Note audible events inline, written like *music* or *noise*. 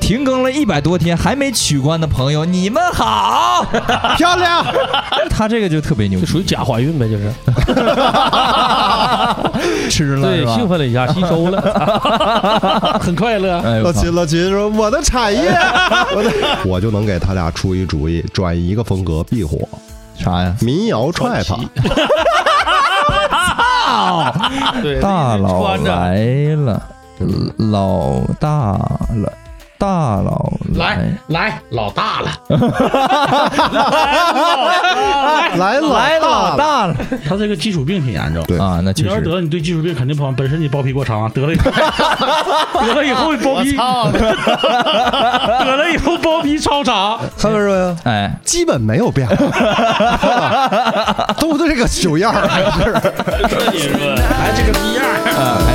停更了一百多天还没取关的朋友，你们好， *laughs* 漂亮，他这个就特别牛这，属于假怀孕呗， *laughs* 就是吃了对是吧兴奋了一下，吸收了， *laughs* 很快乐。哎呦老我操秦老秦说我的产 *laughs* 业，我的我就能给他俩出一主意，转一个风格必火，啥呀？民谣踹他，对，大佬穿着来了，老大了，大佬哎来来，老大了，来哎来老老大，大了他这个基础病挺严重。对啊，那你确要是实得，你对基础病肯定不好。本身你包皮过长，啊得 *laughs* 了以后，得了以后包皮，得了以后包皮 *laughs* 超长。他们说哎。基本没有变化， *laughs* 都这个酒样儿，这你说，哎，这个逼样儿，啊